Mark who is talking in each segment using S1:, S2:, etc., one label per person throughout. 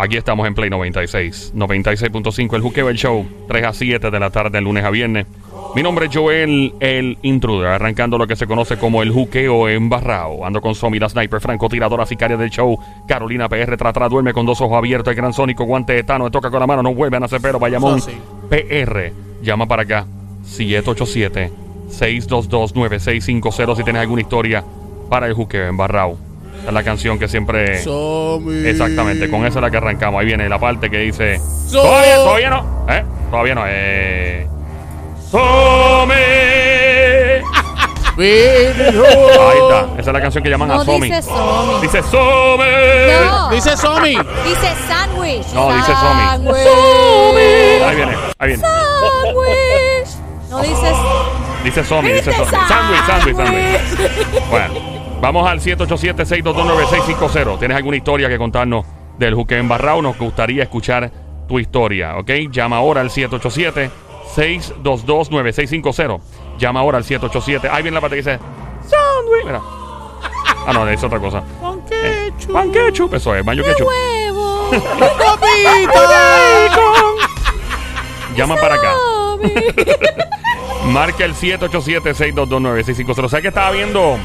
S1: Aquí estamos en Play 96. 96.5, el Juqueo, el show. 3 a 7 de la tarde, lunes a viernes. Mi nombre es Joel, el intruder, arrancando lo que se conoce como el juqueo embarrado. Ando con Somi, la sniper, francotiradora, sicaria del show. Carolina PR, Tratra, duerme con dos ojos abiertos. El gran sónico, guante de Tano, le toca con la mano, no vuelven a hacer pero. Bayamón,
S2: Eso así.
S1: PR, llama para acá. 787 622 9650 si tienes alguna historia para el juqueo embarrado. Esa es la canción que siempre...
S2: Somi.
S1: Exactamente, con esa es la que arrancamos. Ahí viene la parte que dice.
S2: So-
S1: Todavía, todavía no. ¿Eh? Todavía no. Eh. ¡Somi! Ahí está. Esa es la canción que llaman a
S3: No
S1: Somi.
S3: dice Somi.
S1: Dice Somi.
S3: No.
S2: Dice Somi.
S3: Dice sandwich.
S1: No, dice Somi.
S3: Sandwich.
S1: Ahí viene, ahí viene.
S3: Sandwich. No Este dices.
S1: Dice Somi, dice
S3: Dice
S1: Somi. Sándwich, sándwich, Eh, sándwich. Bueno, vamos al 787-622-9650. ¿Tienes alguna historia que contarnos del Juque Embarrao? Nos gustaría escuchar tu historia, ¿ok? Llama ahora al 787-622-9650. Llama ahora al 787. Ahí viene la parte que dice... Sándwich. Mira. Ah, no, es otra cosa.
S2: Con
S1: Eh,
S2: ketchup.
S1: Pan ketchup, eso es, mayo ketchup.
S3: Huevo.
S2: Papita.
S1: Llama para acá.
S3: Somi.
S1: Marca el 787-622-9650. Sé que estaba viendo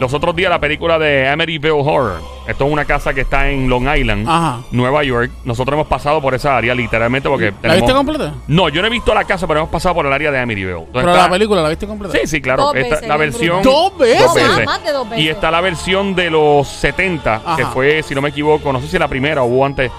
S1: los otros días la película de Amityville Horror. Esto es una casa que está en Long Island,
S2: Ajá.
S1: Nueva York. Nosotros hemos pasado por esa área, literalmente, porque.
S2: ¿La
S1: tenemos-
S2: viste completa?
S1: No, yo no he visto la casa, pero hemos pasado por el área de Amityville. Entonces
S2: Pero
S1: está-
S2: la película, ¿la viste completa?
S1: Sí, sí, claro.
S3: Dos
S1: Esta-
S3: veces,
S1: la
S3: bien
S1: versión.
S3: brutal.
S2: Dos veces.
S1: Dos veces.
S3: Más de dos veces.
S1: Y está la versión de los 70, que
S2: Ajá.
S1: fue, si no me equivoco, no sé si la primera o hubo antes.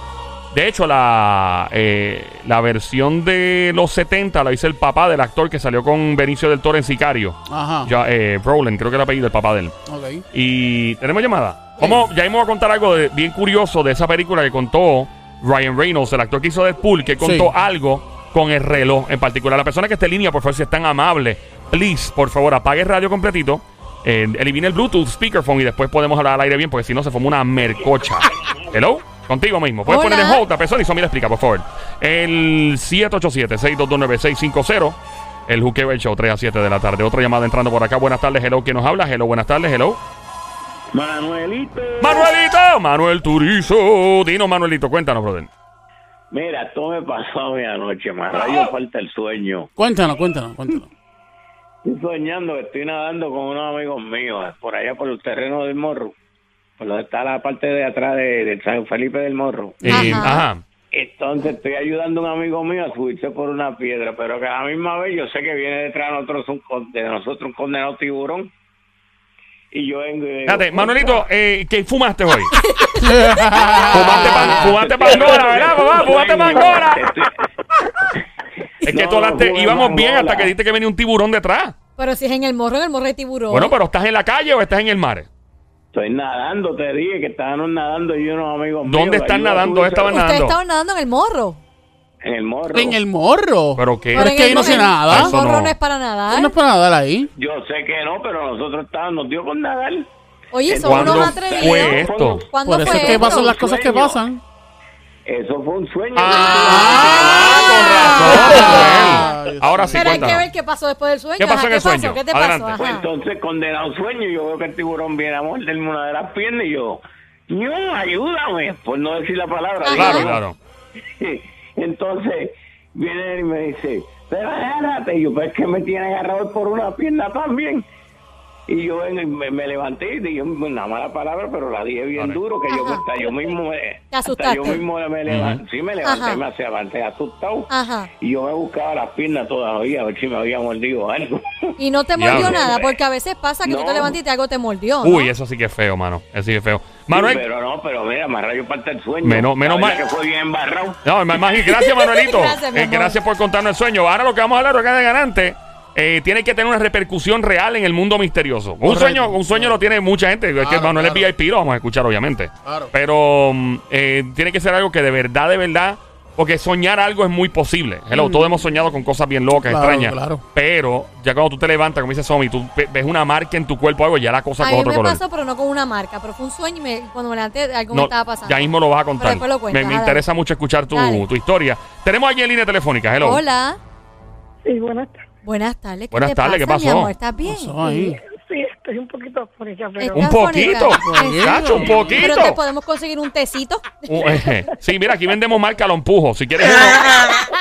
S1: De hecho, la, eh, la versión de los 70 la hizo el papá del actor que salió con Benicio del Toro en Sicario.
S2: Ajá.
S1: Ya, eh, Brolin, creo que era apellido el papá de él.
S2: Ok.
S1: Y tenemos llamada. Vamos, ya mismo voy a contar algo de- bien curioso de esa película que contó Ryan Reynolds, el actor que hizo Deadpool, que contó
S2: Sí.
S1: algo con el reloj en particular. La persona que esté en línea, por favor, si es tan amable, please, por favor, apague el radio completito, eh, elimine el Bluetooth, speakerphone y después podemos hablar al aire bien, porque si no se forma una mercocha. Hello, contigo mismo. Puedes
S3: Hola.
S1: poner en hold la persona y Somi le explica, por favor. El 787-622-9650. El Juqueo el Show, 3 a 7 de la tarde. Otra llamada entrando por acá. Buenas tardes, hello. ¿Quién nos habla? Hello, buenas tardes, hello.
S4: Manuelito.
S1: Manuelito, Manuel Turizo. Dinos, Manuelito, cuéntanos, brother.
S4: Mira, esto me pasó a mí anoche, me rayo falta el sueño.
S2: Cuéntanos, cuéntanos, cuéntanos.
S4: Estoy soñando que estoy nadando con unos amigos míos, por allá por el terreno del morro, por donde está la parte de atrás de, de San Felipe del Morro.
S1: Eh,
S3: Ajá.
S1: ajá.
S4: Entonces estoy ayudando a un amigo mío a subirse por una piedra, pero que a la misma vez yo sé que viene detrás de nosotros un, con- de nosotros un condenado tiburón. Y yo vengo y digo,
S1: Espérate,
S4: "Contra".
S1: Manuelito, eh, ¿qué fumaste hoy? fumaste,
S2: Ah,
S1: pan, fumaste Pandora, ¿verdad, papá? Fumaste Pandora. Es que
S4: No,
S1: tú hablaste,
S4: no,
S1: íbamos bien hasta
S4: Pandora.
S1: que dijiste que venía un tiburón detrás.
S3: Pero si es en el morro, en el morro de tiburón.
S1: Bueno, pero ¿estás en la calle o estás en el mar?
S4: Estoy nadando, te dije que estaban nadando y unos amigos míos.
S1: ¿Dónde pues, están
S4: Ayuda,
S1: nadando?
S4: tú,
S1: Estaban
S3: Ustedes
S1: nadando.
S3: estaban nadando en el morro.
S4: En el morro.
S2: En el morro.
S1: Pero qué.
S2: Pero es
S3: en
S2: que
S3: el
S2: ahí no
S3: morro-
S2: sé nada.
S3: El
S1: Eso
S3: morro
S1: no.
S3: no, es para nadar.
S2: No es para nadar ahí.
S4: Yo sé que no, pero nosotros estábamos, nos dio con nadar.
S3: Oye, son
S1: ¿Cuándo
S3: unos
S1: fue
S3: atrevidos.
S1: esto?
S3: ¿Cuándo
S2: Por eso
S3: fue
S2: es que
S3: esto?
S2: pasan las cosas que
S4: Sueño.
S2: pasan.
S4: Eso fue un sueño.
S3: ah,
S1: Ah,
S2: Ah,
S1: con razón. Ah, Manuel.
S2: Dios
S1: Ahora sí,
S3: Pero hay que
S1: cuéntanos.
S3: ver qué pasó después del sueño.
S1: ¿Qué pasó
S3: Ajá,
S1: en el sueño?
S3: ¿Qué te
S1: Adelante.
S3: pasó?
S4: Pues
S3: Ajá.
S4: entonces, condenado sueño, yo veo que el tiburón viene a morderme una de las piernas y yo, no, ayúdame, por no decir la palabra.
S3: Ajá.
S1: Claro,
S4: digo, ¿no?
S1: claro.
S4: Entonces, viene él y me dice, pero agárrate. Y yo, pues que me tiene agarrado por una pierna también. Y yo vengo y me, me levanté y dije una mala palabra, pero la dije bien
S1: Vale.
S4: duro, que yo
S3: Ajá.
S4: hasta yo mismo me,
S3: Te
S4: hasta yo
S3: asustaste.
S4: mismo me levanté, sí me levanté,
S3: Ajá. Ah.
S4: me hace levanté asustado.
S3: Ajá.
S4: Y yo me buscaba las piernas todavía, a ver si me había mordido algo.
S3: Y no te
S1: Diablo.
S3: mordió nada, porque a veces pasa que tú te
S4: No.
S3: levantas y te algo te mordió. ¿no?
S1: Uy, eso sí que es feo, mano. Eso sí que es feo. Manuel,
S4: pero no, pero mira, más rayo parte el sueño.
S1: Menos- menos
S4: La
S1: mal.
S4: verdad que fue bien embarrado.
S1: No, ma- ma- gracias Manuelito.
S3: Gracias, mi
S1: Eh,
S3: amor.
S1: gracias por contarnos el sueño. Ahora lo que vamos a hablar acá de ganante eh, tiene que tener una repercusión real en el mundo misterioso. Un
S2: Correcto.
S1: sueño, un sueño lo tiene mucha gente. es que
S2: Claro,
S1: Manuel es
S2: claro.
S1: VIP, lo vamos a escuchar obviamente.
S2: Claro.
S1: Pero mm, eh, tiene que ser algo que de verdad, de verdad, porque soñar algo es muy posible. Hello, todos hemos soñado con cosas bien locas,
S2: Mm. Claro,
S1: extrañas.
S2: claro.
S1: Pero ya cuando tú te levantas, como dice Somi, tú ve- ves una marca en tu cuerpo o algo, ya la cosa
S3: A
S1: con
S3: mí
S1: otro
S3: me
S1: color.
S3: pasó, pero no con una marca, pero fue un sueño y me- cuando me levanté algo me
S1: No,
S3: estaba pasando.
S1: ya mismo lo vas a contar.
S3: Pero después lo
S1: Me-
S3: cuentas,
S1: me,
S3: dale.
S1: interesa mucho escuchar tu,
S3: Dale.
S1: tu historia. Tenemos aquí en línea telefónica. Hello.
S3: Hola.
S5: Sí, buenas tardes.
S3: Buenas tardes. ¿Qué
S1: Buenas
S3: te
S1: tardes, ¿qué
S3: pasa,
S1: pasó?
S3: Mi amor? ¿Estás bien?
S2: Pasó ahí.
S5: Sí, este, soy un poquito afónica, pero
S1: Un
S3: Está
S1: poquito,
S3: bonita.
S1: Cacho, un poquito.
S3: Pero te podemos conseguir un tecito.
S1: Uh, eh, sí, mira, aquí vendemos marca lo empujo. Si quieres uno.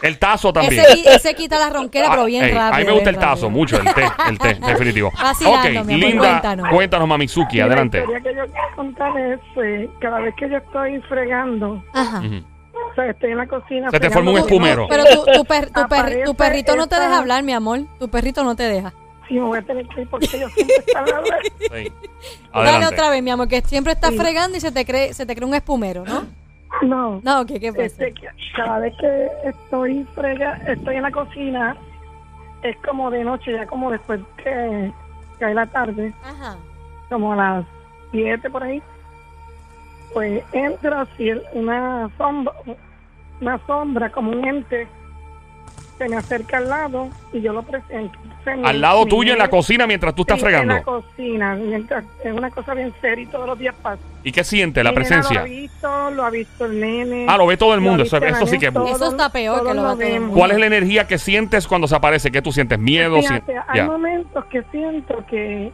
S1: El tazo también.
S3: Ese, qui- ese quita la ronquera, pero bien
S1: Ah, ey,
S3: rápido.
S1: a mí me gusta
S3: bien
S1: el tazo,
S3: rápido.
S1: mucho, el té, el té, definitivo.
S3: Vacilando,
S1: ok,
S3: mi amor,
S1: linda,
S3: cuéntanos.
S1: Mamizuki,
S5: Mira,
S1: adelante.
S5: La historia que yo quiero contar es, eh, cada vez que yo estoy fregando,
S3: Ajá.
S1: Ujú.
S5: o sea, estoy en la cocina.
S1: Se te forma un
S5: fregando,
S1: espumero.
S3: Pero tu, tu per- tu per-
S5: Aparece
S3: tu perrito no te
S5: esta-
S3: deja hablar, mi amor. Tu perrito no te deja.
S5: Sí, me voy a tener que ir porque ellos siempre están hablando.
S1: Sí.
S3: Dale
S1: Adelante.
S3: otra vez, mi amor, que siempre estás fregando y se te cree, se te cree un espumero, ¿no?
S5: No.
S3: No, ok, ¿qué pasa?
S5: Este, que- cada vez que estoy frega, estoy en la cocina, es como de noche, ya como después que cae la tarde,
S3: Ajá.
S5: como a las 7 por ahí, pues entra así el- una sombra, una sombra como un ente, se me acerca al lado y yo lo presento. Se me-
S1: Al lado
S5: me
S1: tuyo en la
S5: mira-
S1: cocina mientras tú estás
S5: Sí, En la
S1: fregando.
S5: cocina, mientras- es una cosa bien seria y todos los días pasa.
S1: ¿Y qué siente la
S5: Mi nena
S1: presencia?
S5: Lo ha visto, lo ha visto el nene.
S1: Ah, lo ve todo el
S5: Lo
S1: mundo.
S5: ha
S1: Eso,
S5: visto
S1: eso sí que es
S5: Daniel,
S1: bueno.
S3: Eso está peor que lo va todo el
S5: vemos.
S3: mundo.
S1: ¿Cuál es la energía que sientes cuando se aparece? ¿Qué tú sientes? ¿Miedo?
S5: Fíjate,
S1: Sien-
S5: hay
S1: Ya.
S5: momentos que siento que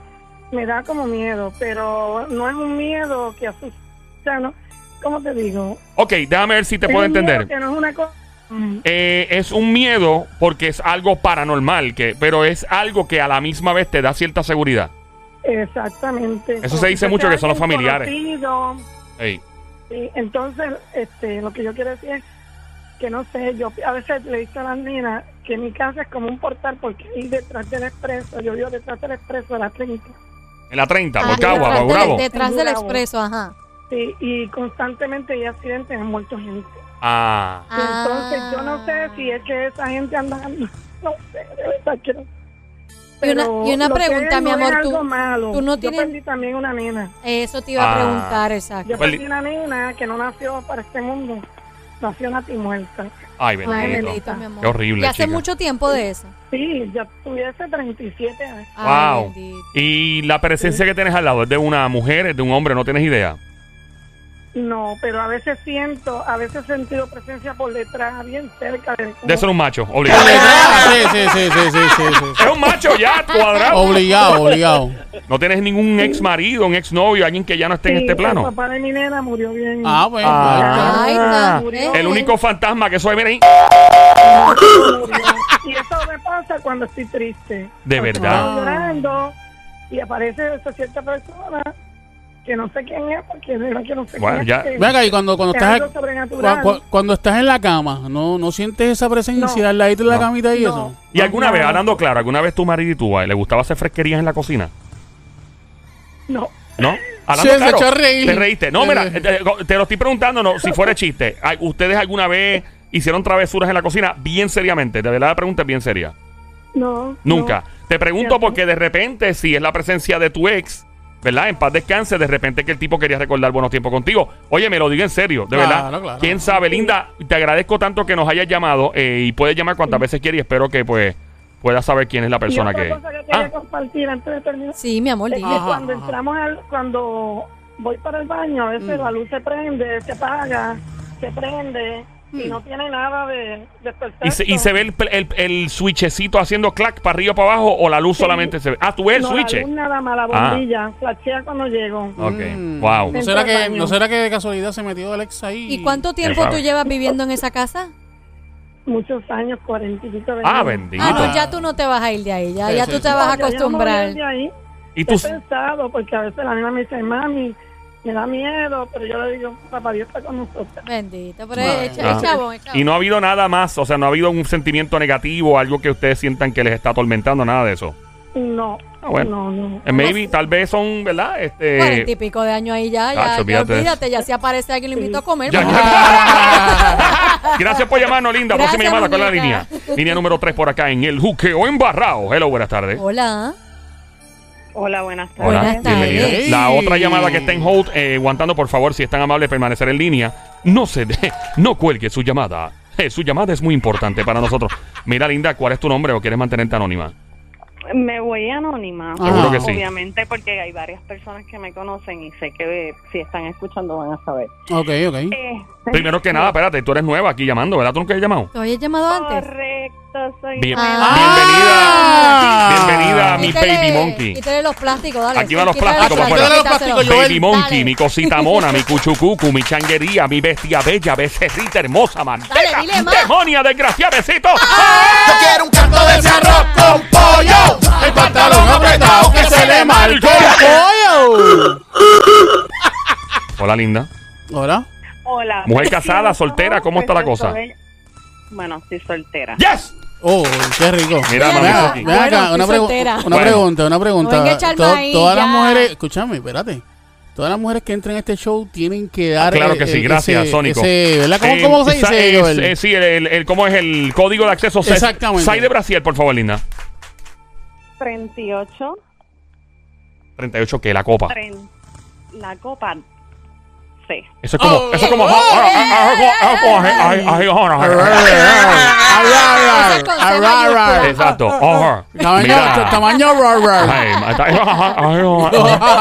S5: me da como miedo, pero no es un miedo que asusta, o sea, ¿no? ¿Cómo te digo?
S1: Ok, déjame ver si te
S5: Es
S1: puedo
S5: un miedo
S1: entender.
S5: Que no es una cosa... Mm,
S1: Eh, es un miedo porque es algo paranormal, que, pero es algo que a la misma vez te da cierta seguridad.
S5: Exactamente.
S1: Eso se dice
S5: Entonces,
S1: mucho que son los
S5: alguien
S1: familiares.
S5: conocido,
S1: Ey.
S5: Sí, entonces, este, lo que yo quiero decir es que no sé, yo a veces le digo a las nenas que mi casa es como un portal porque ahí detrás del expreso, yo vivo detrás del expreso a las 30.
S1: En la 30,
S3: Ah,
S1: por Cagua,
S3: detrás
S1: por
S3: del-
S1: Bravo.
S3: Detrás del
S5: Bravo.
S3: expreso, ajá.
S5: Sí, y constantemente hay accidentes, han muerto gente.
S1: Ah,
S5: Y Entonces, yo
S3: Ah.
S5: no sé si es que esa gente anda, no sé, de verdad que no.
S3: Y una- y una
S5: lo que
S3: pregunta,
S5: es,
S3: mi
S5: no es
S3: amor, tú-
S5: algo malo.
S3: tú no tienes-
S5: Yo perdí también una nena.
S3: Eso te iba a
S1: Ah.
S3: preguntar, exacto.
S5: Yo
S1: Perdí-
S5: perdí una nena que no nació para este mundo, nació nati muerta.
S3: Ay,
S1: ay, bendito.
S5: bendito.
S3: mi amor.
S1: Qué horrible,
S3: Y hace
S1: chica.
S3: mucho tiempo de eso.
S5: Sí, ya tuviese 37 años.
S3: Ay,
S1: Wow.
S3: bendito.
S1: Y la presencia que tienes al lado es de una mujer, es de un hombre, no tienes idea.
S5: No, pero a veces siento, a veces he sentido presencia por detrás, bien cerca. De,
S1: De ser un macho, obligado.
S2: Sí, sí, sí, sí, sí, sí, sí.
S1: es un macho ya, cuadrado.
S2: Obligado, obligado.
S1: No tienes ningún ex marido, un ex novio, alguien que ya no esté en
S5: Sí,
S1: este
S5: El
S1: plano.
S5: papá de mi nena murió bien.
S2: Ah, bueno.
S1: Ah.
S3: Ahí está.
S5: Murió.
S3: ¿ves?
S1: El único fantasma que soy, mira ahí.
S5: Murió. Y eso me pasa cuando estoy triste.
S1: De
S5: Porque
S1: verdad.
S5: Estoy llorando y aparece esa cierta persona que no sé quién es, porque de verdad que no sé
S1: Bueno,
S5: quién
S1: ya.
S5: es. que
S2: Venga, y cuando, cuando
S5: es
S2: estás
S5: algo
S2: cu-
S5: sobrenatural.
S2: cu- cuando estás en la cama, ¿no, no sientes esa presencia
S5: No.
S2: al ladito de la
S1: No.
S2: camita y
S5: No.
S2: eso?
S1: Y alguna vez, hablando claro, alguna vez tu marido y tú ay, le gustaba hacer fresquerías en la cocina,
S5: No,
S1: ¿no?
S2: Sí,
S1: Hablando
S2: se
S1: claro,
S2: echó a reír.
S1: te reíste. No,
S2: Se
S1: mira,
S2: reí.
S1: te, te lo estoy preguntando, no, si fuera chiste. Ay, ¿Ustedes alguna vez hicieron travesuras en la cocina? Bien seriamente, de verdad la pregunta es bien seria.
S5: no.
S1: Nunca. Te pregunto
S5: Cierto.
S1: porque de repente, si es la presencia de tu ex, ¿verdad? En paz descanse, de repente que el tipo quería recordar buenos tiempos contigo. Oye, me lo digo en serio, de
S2: Claro,
S1: verdad.
S2: claro.
S1: ¿Quién sabe, Linda? Te agradezco tanto que nos hayas llamado eh, y puedes llamar cuantas veces quieras y espero que pues puedas saber quién es la
S5: No.
S1: persona
S5: y otra
S1: que...
S5: cosa que quería
S1: Ah,
S5: compartir antes de terminar.
S3: Sí, mi amor,
S5: Es que
S3: dime.
S2: Ajá,
S5: cuando
S2: ajá.
S5: entramos al, cuando voy para el baño, a veces la luz se prende, se apaga, se prende y no tiene nada de, de
S1: y, se, y se ve el, pl- el, el switchecito haciendo clac para arriba para abajo o la luz solamente se ve. Ah, tú ves el
S5: no,
S1: switch.
S5: La luz nada más, la
S1: Ah.
S5: bombilla, flashea cuando llego.
S1: Ok,
S2: Mm.
S1: wow.
S2: ¿No será, que,
S5: Entra al
S2: ¿No
S5: baño.
S2: será que de casualidad se metió Alex ahí?
S3: ¿Y cuánto tiempo tú
S1: sabe.
S3: llevas viviendo en esa casa?
S5: Muchos años, 45 años.
S1: Ah, bendito.
S3: Ah, no, ya tú no te vas a ir de ahí, ya,
S2: Sí,
S3: ya
S2: sí,
S3: tú te
S2: sí.
S3: vas a
S5: Ya yo no me voy
S3: acostumbrar.
S5: de ahí.
S1: Y tú... Ah.
S5: He pensado, porque a veces la nena me dice, mami, me da miedo, pero yo le digo, papá Dios está con nosotros.
S3: Bendito, pero
S2: Bueno.
S3: es es
S1: Ah.
S3: chabón, es
S1: Y
S3: chabón.
S1: no ha habido nada más, o sea, no ha habido un sentimiento negativo, algo que ustedes sientan que les está atormentando, nada de eso.
S5: No,
S1: Ah, bueno.
S5: no, no.
S1: Eh,
S3: Pues-
S1: Maybe, tal vez son, ¿verdad?
S3: Cuarenta y
S1: Este.
S3: pico de años ahí ya, ya,
S1: Cacho,
S3: ya
S1: olvídate de
S3: olvídate, ya si aparece alguien lo invito a comer.
S1: Ya,
S3: porque-
S1: ya. Gracias por llamarnos, linda.
S3: Gracias,
S1: Próxima llamada, ¿cuál es la línea?
S3: muñeca.
S1: Línea número 3 por acá en el juqueo embarrado. Hello, buenas tardes.
S3: Hola.
S6: Hola, buenas tardes.
S3: Hola. Buenas tardes.
S1: bienvenida.
S2: Hey.
S1: La otra llamada que está en hold, eh, aguantando, por favor, si es tan amable permanecer en línea, no se de- no cuelgue su llamada. Eh, su llamada es muy importante para nosotros. Mira, linda, ¿cuál es tu nombre o quieres mantenerte anónima?
S6: Me voy anónima.
S3: Ah.
S2: Seguro que
S1: sí.
S6: Obviamente, porque hay varias personas que me conocen y sé que eh, si están escuchando van a saber.
S2: Ok, ok.
S6: Eh,
S1: Pues, Primero que nada, espérate, tú eres nueva aquí llamando, ¿verdad? ¿Tú nunca has llamado?
S3: ¿Te habías llamado antes?
S6: correcto.
S5: bonito soy.
S1: Bien-
S2: Ah.
S1: Bienvenida. Bienvenida a mi
S3: Quítale-
S1: baby monkey.
S3: Quítale los plásticos, dale.
S1: Aquí
S3: sí,
S1: van los
S3: quítale
S1: plásticos pues, para
S2: afuera.
S3: quítaselo.
S2: Quítale los
S1: Baby Monkey,
S3: Dale.
S1: mi cosita mona, mi cuchucucu, mi changuería, mi bestia bella, becerrita hermosa,
S3: Dale,
S1: manteca,
S3: dile más.
S1: demonia, desgraciada, besito.
S7: Yo quiero un canto de ese arroz con pollo. El pantalón apretado que se le marcó.
S2: ¡Pollo!
S1: Hola, linda.
S2: Hola.
S5: Hola.
S1: Mujer casada, soltera, ¿cómo está la
S6: Pues,
S5: Precioso,
S1: cosa?
S5: bello. Bueno, sí, soltera.
S1: ¡Yes!
S2: Oh, qué rico.
S1: Mira,
S2: Ven
S1: mami,
S2: acá,
S1: aquí.
S2: ven acá,
S3: Bueno,
S2: una,
S3: estoy
S2: pregu-
S3: soltera.
S2: una
S1: Bueno.
S2: pregunta, una pregunta.
S3: No venga a echar
S2: To-
S3: maíz,
S2: todas las
S3: ya.
S2: mujeres, escúchame, espérate. Todas las mujeres que entran a este show tienen que dar.
S1: claro
S2: eh,
S1: que sí,
S2: eh,
S1: gracias,
S2: ese-
S1: Sónico.
S2: ese- ¿verdad? ¿Cómo,
S1: Eh,
S2: cómo se
S1: sa-
S2: dice,
S1: eh,
S2: Joel?
S1: eh, sí, el, el- el- ¿cómo es el código de acceso? Sa-
S2: Exactamente.
S1: Sai de Brasil, por favor, linda.
S5: 38,
S1: 38, que la copa.
S5: tren- la copa C.
S1: Eso es como. eso es como.
S3: Ese es con C mayúscula.
S1: Exacto. Ajá.
S2: Tamaño,
S1: Mira.
S2: tamaño rubber.
S1: Ay, ay, ay, ay,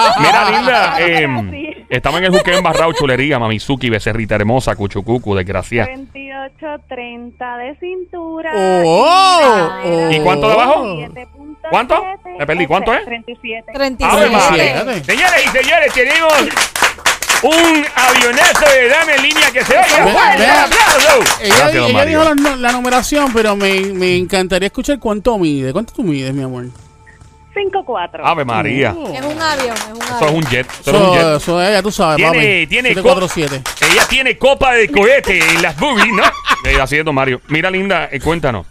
S1: ay. Mira, linda. eh, estaba en el juque embarrado, chulería, mamizuki, becerrita hermosa, cuchucucu, desgracia.
S5: 38, 30 de cintura.
S2: Oh, oh.
S1: ¿Y cuánto de abajo?
S5: 7.7,
S1: ¿Cuánto? Me perdí, ¿cuánto es?
S5: 37.
S1: ¡Ave
S3: 37.
S1: María! Señores y señores, tenemos un avionazo de dame en línea que se vaya.
S2: Ve-
S1: ¡Fuerte el
S2: ve-
S1: aplauso!
S2: Ella,
S1: Gracias, don
S2: ella
S1: Mario.
S2: dijo la, no- la numeración, pero me, me encantaría escuchar cuánto mide. ¿Cuánto tú mides, mi amor?
S5: 5.4.
S1: Ave María.
S2: Oh.
S3: Es un avión, es un
S1: Eso es
S3: avión.
S1: un jet. Eso es un
S2: Eso,
S1: jet.
S2: eso es, ya tú sabes,
S1: Tiene-
S2: papi.
S1: tiene
S2: 747.
S1: Ella tiene copa de cohete en las boobies, ¿no? Eh, así es, don Mario. Mira, linda, eh, cuéntanos.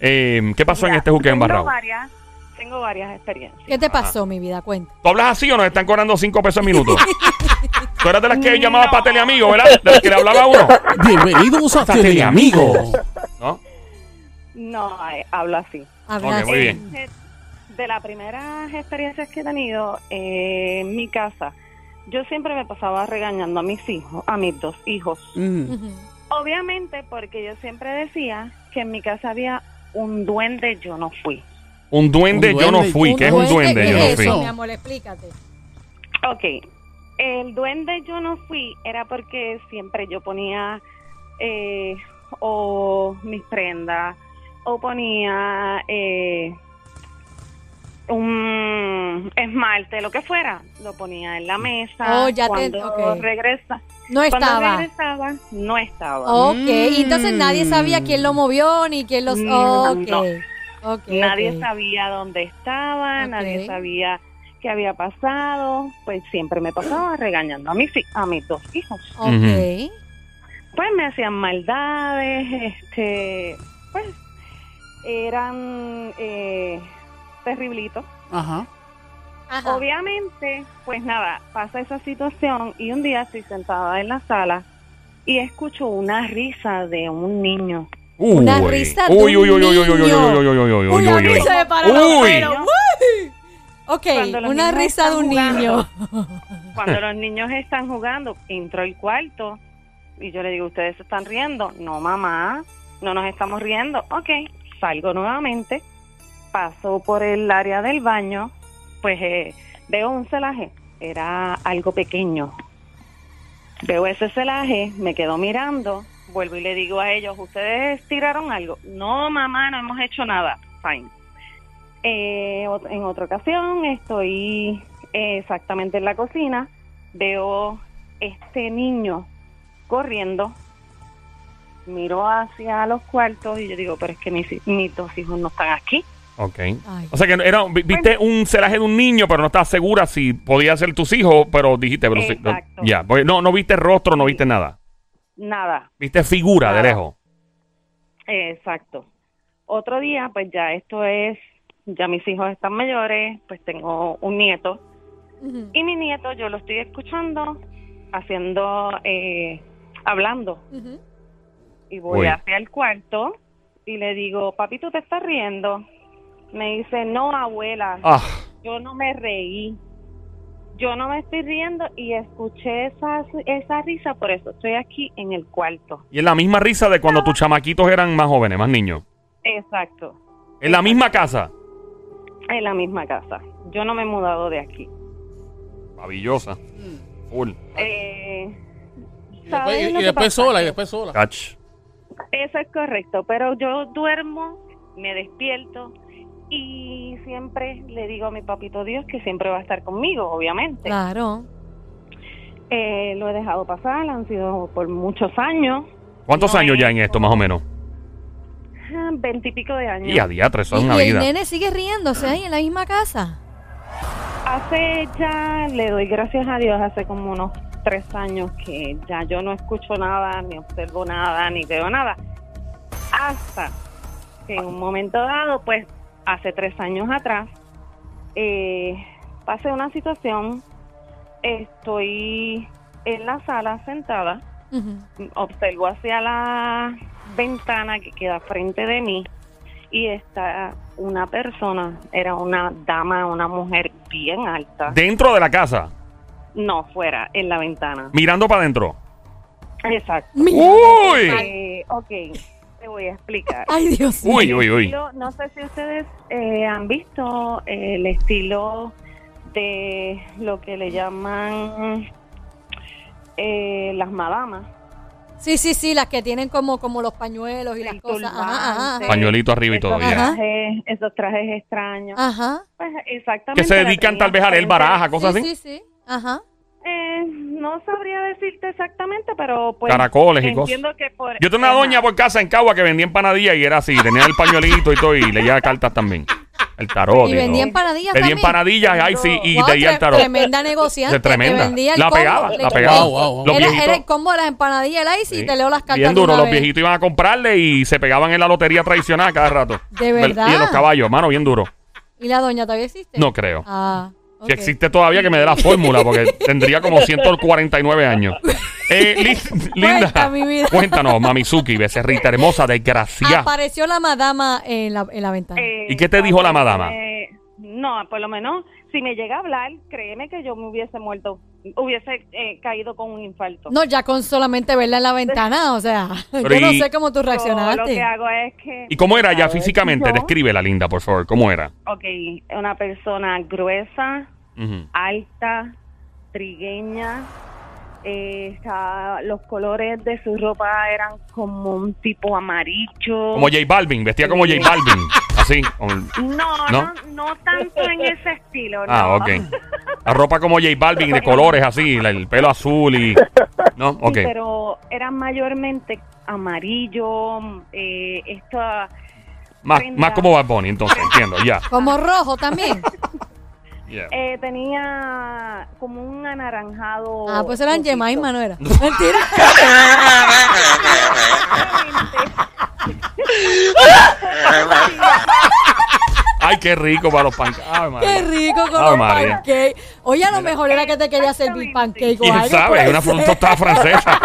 S1: Eh, ¿Qué pasó en este juque
S5: Tengo
S1: embarrado?
S5: varias- Tengo varias experiencias.
S3: ¿Qué te pasó, mi vida? Cuenta.
S1: ¿Tú hablas así o nos están cobrando cinco pesos al minuto? Tú eras de las que llamaba
S5: No.
S1: para teleamigo, ¿verdad? De las que le hablaba a uno.
S2: Bienvenidos a
S1: Tele
S2: Teleamigos.
S1: ¿No?
S5: No, ay, hablo así.
S3: Habla
S1: Ok, muy bien.
S5: Eh, De las primeras experiencias que he tenido eh, en mi casa, yo siempre me pasaba regañando a mis hijos, a mis dos hijos.
S2: Mm.
S3: Ujú.
S5: Obviamente porque yo siempre decía que en mi casa había un duende, yo no fui.
S1: Un duende,
S2: Un
S1: yo no
S2: duende.
S1: fui. ¿Qué es un duende?
S3: ¿qué
S1: Yo no
S3: es
S1: fui.
S3: eso, mi amor? Explícate.
S5: Ok, el duende yo no fui era porque siempre yo ponía eh, o mis prendas o ponía eh, un esmalte, lo que fuera, lo ponía en la mesa.
S3: Oh, ya te-
S5: cuando
S3: ok.
S5: regresa,
S3: No
S5: cuando
S3: estaba.
S5: regresaba, no estaba.
S3: Ok, y entonces nadie sabía quién lo movió ni quién los...
S5: No,
S3: Ok.
S5: Mm, no.
S3: ok,
S5: Nadie
S3: ok.
S5: sabía dónde estaba,
S3: Ok.
S5: nadie sabía qué había pasado, pues siempre me pasaba regañando a mis, hi- a mis dos hijos.
S3: Ok.
S5: Pues me hacían maldades, este, pues eran eh, terriblitos.
S2: Ajá.
S3: Ajá.
S5: Obviamente, pues nada, pasa esa situación y un día estoy sentada en la sala y escucho una risa de un niño.
S3: Una
S1: Uy.
S3: risa de
S1: uy,
S3: un
S1: uy, uy, uy, uy, uy, uy,
S3: niño.
S1: uy, uy, uy, uy, uy,
S3: Una
S1: uy, uy.
S3: risa de para los
S1: Uy.
S3: pelos. Uy. Ok,
S5: Cuando los
S3: una
S5: niños
S3: risa de
S5: están
S3: un niño.
S5: jugando. Cuando los niños están jugando, entro al cuarto y yo le digo, ¿ustedes se están riendo? No, mamá, no nos estamos riendo. Ok, salgo nuevamente, paso por el área del baño, pues eh, veo un celaje, era algo pequeño. Veo ese celaje, me quedo mirando, vuelvo y le digo a ellos, ¿ustedes tiraron algo? No, mamá, no hemos hecho nada. Fine. Eh, ot- en otra ocasión estoy eh, exactamente en la cocina, veo este niño corriendo, miro hacia los cuartos y yo digo, pero es que mis, hi- mis dos hijos no están aquí.
S1: Ok.
S3: Ay.
S1: O sea que era, vi- viste un celaje de un niño, pero no estabas segura si podía ser tus hijos, pero dijiste, pero sí-
S5: Exacto.
S1: ya, pues, no, no viste rostro, no viste nada.
S5: Nada,
S1: Viste figura de
S5: Nada.
S1: lejos.
S5: Exacto. Otro día, pues ya esto es, ya mis hijos están mayores, pues tengo un nieto
S3: Ujú.
S5: y mi nieto yo lo estoy escuchando, haciendo, eh, hablando
S3: Ujú.
S5: y voy
S1: Uy.
S5: hacia el cuarto y le digo, papi, ¿tú te estás riendo? Me dice, no, abuela,
S1: Ah,
S5: yo no me reí. Yo no me estoy riendo y escuché esa, esa risa, por eso estoy aquí en el cuarto.
S1: y es la misma risa de cuando tus chamaquitos eran más jóvenes, más niños.
S5: Exacto.
S1: En la misma casa.
S5: En la misma casa. Yo no me he mudado de aquí.
S1: Maravillosa.
S3: Mm.
S1: Full.
S5: Eh,
S2: Y
S5: ¿sabes
S2: después, y-
S5: lo
S2: y
S5: que
S2: después
S5: pasa?
S2: sola, y después sola.
S1: Cach.
S5: Eso es correcto, pero yo duermo
S6: me despierto y siempre le digo a mi papito Dios que siempre va a estar conmigo, obviamente.
S3: Ah. Claro.
S6: Eh, lo he dejado pasar, han sido por muchos años,
S1: ¿Cuántos
S6: No,
S1: años
S6: es
S1: ya en esto, más o menos?
S6: ah, veintipico de años.
S1: Y a diatre, eso es
S3: Y,
S1: una
S3: y el
S1: vida.
S3: nene sigue riéndose ahí en la misma casa.
S6: Hace ya, le doy gracias a Dios, hace como unos tres años que ya yo no escucho nada, ni observo nada, ni veo nada. Hasta que en un momento dado, pues hace tres años atrás, eh, pasé una situación, estoy en la sala sentada,
S3: Ujú.
S6: observo hacia la ventana que queda frente de mí y está una persona, era una dama, una mujer bien alta,
S1: Dentro de la casa,
S6: no fuera, en la ventana.
S1: mirando para adentro.
S6: Exacto.
S1: ¡Uy!
S6: Eh, ok, te voy a explicar.
S3: Ay, Dios. mío.
S1: Uy, uy, uy.
S6: estilo- no sé si ustedes eh, han visto eh, el estilo de lo que le llaman eh, las madamas.
S3: Sí, sí, sí, las que tienen como, como los pañuelos y las
S6: El
S3: cosas. Ajá, ajá,
S6: turbante.
S1: Pañuelito arriba y
S6: Esos
S1: todavía.
S3: Ajá.
S6: trajes- esos trajes extraños.
S3: ajá. Ajá.
S6: Pues exactamente.
S1: Que se
S6: la
S1: dedican
S6: tenía
S1: tal vez a leer
S6: frente-
S1: baraja, cosas
S3: sí,
S1: así.
S3: sí, sí. Ajá.
S6: Eh, no sabría decirte exactamente, pero pues.
S1: Caracoles y cosas.
S6: Entiendo que por.
S1: Yo tenía una
S6: Ajá.
S1: doña por casa en Cagua que vendía empanadillas y era así. Tenía el pañuelito y todo y leía cartas también. El tarot.
S3: Y
S1: todo.
S3: vendía empanadillas
S1: Vendía
S3: también.
S1: empanadillas, ay sí, y
S3: Wow,
S1: leía el
S3: tre-
S1: tarot.
S3: Tremenda negociante.
S1: De tremenda.
S3: Te vendía el
S1: La
S3: combo.
S1: pegaba,
S3: Le-
S1: la pegaba.
S2: Wow, wow, wow.
S1: Los
S3: Era,
S1: viejitos-
S3: era el combo de las empanadillas y el ice
S1: Sí.
S3: y te leo las cartas.
S1: Bien
S3: de
S1: duro,
S3: una
S1: los
S3: vez.
S1: viejitos iban a comprarle y se pegaban en la lotería tradicional cada rato.
S3: De
S1: Ve-
S3: verdad.
S1: Y en los caballos, mano, bien duro.
S3: ¿Y la doña todavía existe?
S1: No creo.
S3: Ah. ok.
S1: Si existe todavía, que me dé la fórmula, porque tendría como 149 años. Eh, Lin- Linda,
S3: Cuenta, mi vida.
S1: cuéntanos, Mamizuki, becerrita hermosa, desgraciada.
S3: Apareció la madama en la, en la ventana.
S6: Eh,
S1: ¿Y qué te dijo la madama?
S6: eh, no, por lo menos, si me llega a hablar, créeme que yo me hubiese muerto. Hubiese eh, caído con un infarto.
S3: No, ya con solamente verla en la ventana, o sea,
S1: Pero
S3: yo no
S1: y-
S3: sé cómo tú
S6: Yo Lo
S3: reaccionaste.
S6: que hago es que.
S1: ¿Y cómo era ya
S6: A ver,
S1: físicamente?
S6: yo-
S1: Descríbela, Linda, por favor. ¿Cómo era?
S6: Ok, una persona gruesa,
S1: Ujú.
S6: alta, trigueña. eh, estaba- los colores de su ropa eran como un tipo amarillo.
S1: Como J Balvin, vestía como J Balvin. Así. con-
S6: No,
S1: ¿No?
S6: no, no tanto en ese estilo.
S1: Ah,
S6: no.
S1: ok. La ropa como J Balvin, de colores así, la- el pelo azul y... No,
S6: Sí,
S1: ok.
S6: pero eran mayormente amarillo, eh, esta,
S1: Más, más como Bad Bunny, entonces, entiendo, ya.
S3: Como rojo también.
S1: ya.
S6: eh, tenía como un anaranjado.
S3: Ah, pues eran
S6: rojito.
S3: Jemima, no era. Mentira.
S1: Ay, qué rico para los pancakes. Ay,
S3: Qué
S1: madre.
S3: rico con
S1: Ave
S3: los
S1: María.
S3: pancakes. Oye, a lo mejor era que te quería servir pancake o
S1: ¿Quién
S3: algo. pues.
S1: sabe?
S3: puede
S1: Es una
S3: ser.
S1: fruta tostada francesa.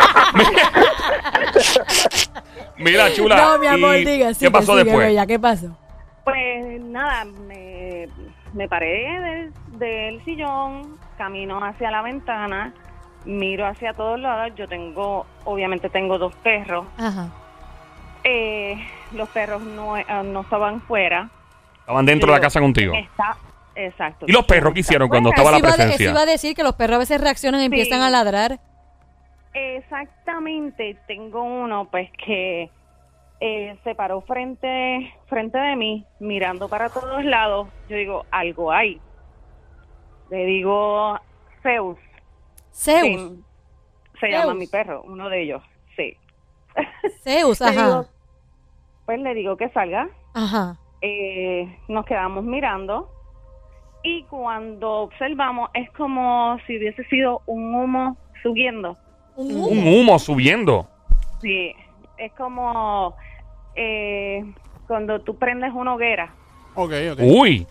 S1: Mira, chula.
S3: No, mi amor,
S1: ¿y
S3: diga.
S1: ¿Qué
S3: sigue,
S1: pasó
S3: sigue,
S1: después?
S3: bella, ¿Qué pasó?
S6: Pues nada, me, me paré del, del sillón, camino hacia la ventana, miro hacia todos lados. Yo tengo, obviamente tengo dos perros.
S3: Ajá.
S6: Eh, los perros no, eh, no estaban fuera.
S1: Estaban dentro de la casa contigo.
S6: Está, exacto.
S1: ¿Y los perros qué hicieron cuando
S6: Fuera.
S1: estaba la
S3: Eso iba, a de- eso
S1: presencia?
S3: iba a decir que los perros a veces reaccionan y empiezan a ladrar.
S6: Exactamente, tengo uno pues que eh, se paró frente, frente de mí, mirando para todos lados. Yo digo, algo hay. Le digo, Zeus.
S3: Zeus.
S6: sí, se llama
S3: Zeus.
S6: mi perro, uno de ellos, sí.
S3: Zeus,
S6: Le digo,
S3: ajá.
S6: pues le digo que salga.
S3: Ajá.
S6: Eh, nos quedamos mirando y cuando observamos es como si hubiese sido un humo subiendo.
S3: Un
S1: Un
S3: humo.
S1: humo subiendo.
S6: Sí, es como eh, cuando tú prendes una hoguera
S2: Ok, ok.
S1: Uy.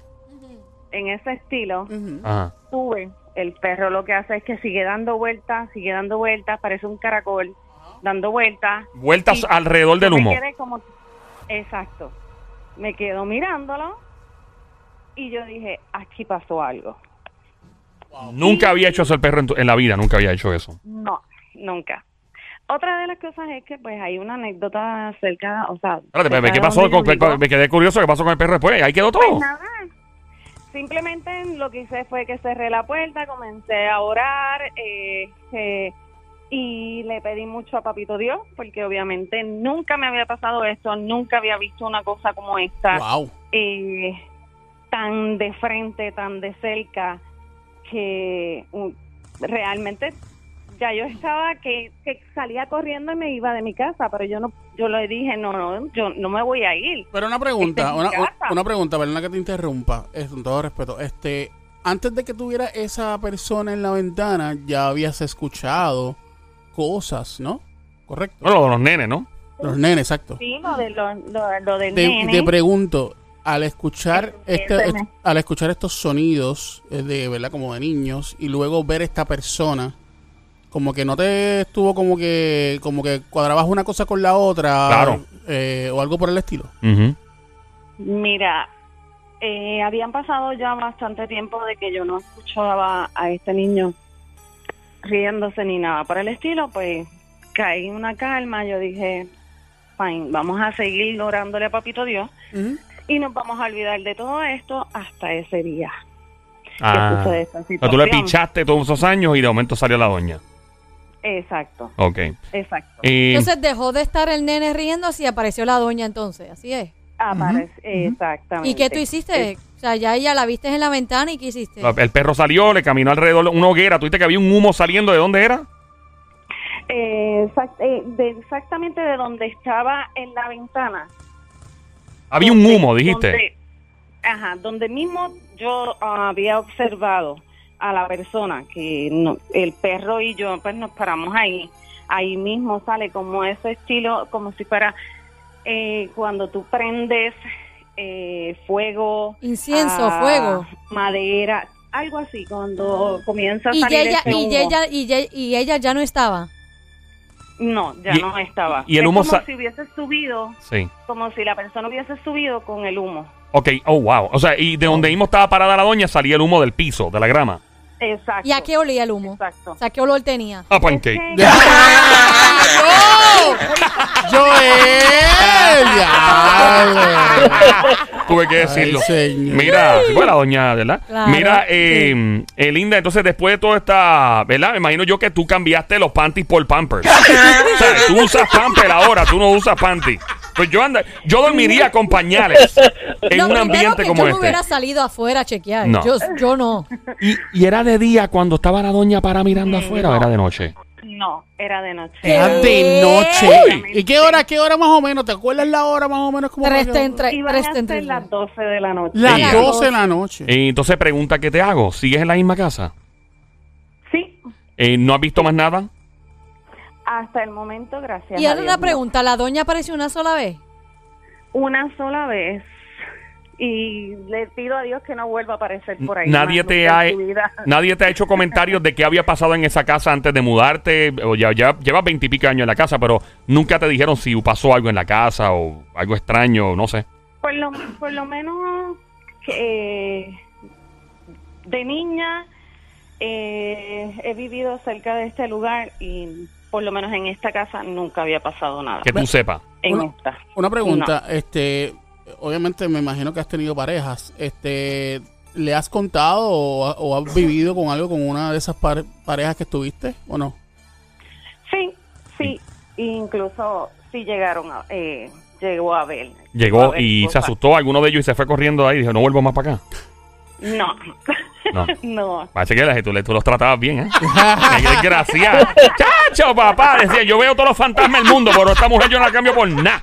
S6: en ese estilo,
S2: Ujú.
S1: Ajá.
S6: sube. El perro lo que hace es que sigue dando vueltas, sigue dando vueltas, parece un caracol, dando vueltas.
S1: Vueltas
S6: Sí.
S1: alrededor del
S6: Yo me
S1: humo.
S6: quedé como- exacto. Me quedo mirándolo y yo dije, aquí pasó algo.
S1: Nunca había hecho eso el perro en, tu- en la vida, nunca había hecho eso.
S6: No, nunca. Otra de las cosas es que pues hay una anécdota cerca, o sea...
S1: Espérate,
S6: cerca
S1: Pepe, ¿qué
S6: de
S1: pasó?
S6: donde
S1: Con,
S6: yo vivo.
S1: me quedé curioso, ¿qué pasó con el perro después? Ahí quedó
S6: Pues
S1: todo.
S6: nada. Simplemente lo que hice fue que cerré la puerta, comencé a orar, eh, eh, Y le pedí mucho a Papito Dios, porque obviamente nunca me había pasado esto, nunca había visto una cosa como esta
S2: Wow.
S6: eh, tan de frente, tan de cerca, que um, realmente ya yo estaba que, que salía corriendo y me iba de mi casa, pero yo no, yo le dije, no, no, yo no me voy a ir.
S2: Pero una
S6: Este
S2: pregunta,
S6: es mi
S2: una,
S6: casa.
S2: una- una pregunta, perdona que te interrumpa, es, con todo respeto. Este, antes de que tuviera esa persona en la ventana, ya habías escuchado cosas, ¿no? Correcto.
S1: Bueno, lo de los nenes, ¿no?
S2: Los nenes, exacto.
S6: Sí, lo, de, lo, lo- lo del
S2: Te,
S6: nene.
S2: te pregunto, al escuchar
S6: Eh,
S2: este,
S6: espérame.
S2: est- al escuchar estos sonidos eh, de verdad como de niños y luego ver esta persona, como que no te estuvo como que como que cuadrabas una cosa con la otra,
S1: Claro.
S2: eh, o algo por el estilo.
S1: Ujú.
S6: Mira, eh, habían pasado ya bastante tiempo de que yo no escuchaba a este niño riéndose ni nada por el estilo, pues caí en una calma, yo dije, fine, vamos a seguir orándole a Papito Dios y nos vamos a olvidar de todo esto hasta ese día. que
S1: Ah.
S6: sucede esta
S1: O sea, tú le
S6: situación.
S1: pichaste todos esos años y de momento salió la doña.
S6: Exacto,
S1: Ok.
S6: exacto.
S1: Y-
S3: Entonces dejó de estar el nene riendo y apareció la doña entonces, así es.
S6: Aparece, Exactamente.
S3: ¿Y qué tú hiciste? O sea, ya ella la viste en la ventana y ¿qué hiciste?
S1: la- el perro salió, le caminó alrededor de una hoguera. ¿Tú viste que había un humo saliendo de dónde era?
S6: Eh, exact- eh, de exactamente de donde estaba en la ventana.
S1: Había un
S6: donde-
S1: humo, dijiste.
S6: donde- ajá, donde mismo yo ah, había observado a la persona que no- el perro y yo pues nos paramos ahí. Ahí mismo sale como ese estilo, como si fuera eh, cuando tú prendes eh, fuego.
S3: Incienso,
S6: ah,
S3: fuego. Oh.
S6: Madera, algo así, cuando comienza a
S3: Y
S6: salir
S3: ella,
S6: ese
S3: y,
S6: humo.
S3: ella, y, ella, y ella ya no estaba.
S6: No, ya
S1: Y-
S6: no estaba.
S1: y el
S6: Es
S1: humo sa-
S6: como si hubiese subido,
S1: Sí.
S6: como si la persona hubiese subido con el humo.
S1: Ok, oh wow. O sea, y de donde mismo estaba parada la doña salía el humo del piso, de la grama.
S6: Exacto.
S3: ¿Y a qué olía el humo?
S6: Exacto.
S3: O sea, ¿qué olor tenía?
S1: Ah, pancake.
S2: ¡Joel! ¡Diablo!
S1: Tuve que decirlo.
S2: Ay, señor.
S1: Mira, sí, pues la doña, ¿verdad?
S3: Claro,
S1: Mira, eh, eh, Linda, entonces después de toda esta, ¿verdad? Me imagino yo que tú cambiaste los panties por pampers. o sea, tú usas pampers ahora, tú no usas panties. Pues yo anda, yo dormiría con pañales en
S3: Lo
S1: un
S3: primero
S1: ambiente
S3: que
S1: como
S3: yo me
S1: este.
S3: hubiera salido afuera a chequear.
S1: No.
S3: Yo, yo no.
S1: Y, y era de día cuando estaba la doña para mirando
S6: Sí,
S1: afuera,
S6: no.
S1: o era de noche.
S6: No, era de noche.
S3: Eh,
S2: Era de noche.
S6: Uy.
S2: ¿Y qué hora, qué hora más o menos? ¿Te acuerdas la hora más o menos? Como
S3: Tres
S2: para que-
S3: ten- tre-
S6: Iban
S3: tres
S6: a
S3: ten-
S6: ser
S3: tres.
S6: las 12 de la noche.
S1: Sí.
S2: Las 12 de la noche.
S1: Y entonces pregunta que te hago, ¿sigues en la misma casa?
S6: Sí,
S1: Eh, ¿No has visto más nada?
S6: hasta el momento, gracias.
S3: Y
S6: a
S3: ahora
S6: Dios,
S3: una
S6: no.
S3: pregunta, ¿la doña apareció una sola vez?
S6: Una sola vez. Y le pido a Dios que no vuelva a aparecer por ahí.
S1: Nadie
S6: más
S1: te,
S6: nunca
S1: ha,
S6: en su vida.
S1: nadie te ha hecho comentarios de qué había pasado en esa casa antes de mudarte. O ya, ya llevas veintipico años en la casa, pero nunca te dijeron si pasó algo en la casa o algo extraño, no sé.
S6: Por lo, por lo menos que, eh, de niña eh, he vivido cerca de este lugar y por lo menos en esta casa nunca había pasado nada.
S1: Que tú sepas.
S6: En
S2: Una-
S6: esta.
S2: Una pregunta, este, obviamente me imagino que has tenido parejas, este, ¿le has contado o, o has vivido con algo con una de esas par- parejas que estuviste o no?
S6: Sí, sí, incluso sí llegaron a, eh, llegó a ver. llegó a
S1: Llegó
S6: ver
S1: y se
S6: cosas.
S1: asustó alguno de ellos y se fue corriendo de ahí. Dijo, no vuelvo más para acá.
S6: No,
S1: No.
S6: no.
S1: Parece que la- tú, le- tú los tratabas bien, ¿eh? ¡Qué desgracia! ¡Chacho, papá! Decía, yo veo todos los fantasmas del mundo, pero esta mujer yo no la cambio por nada.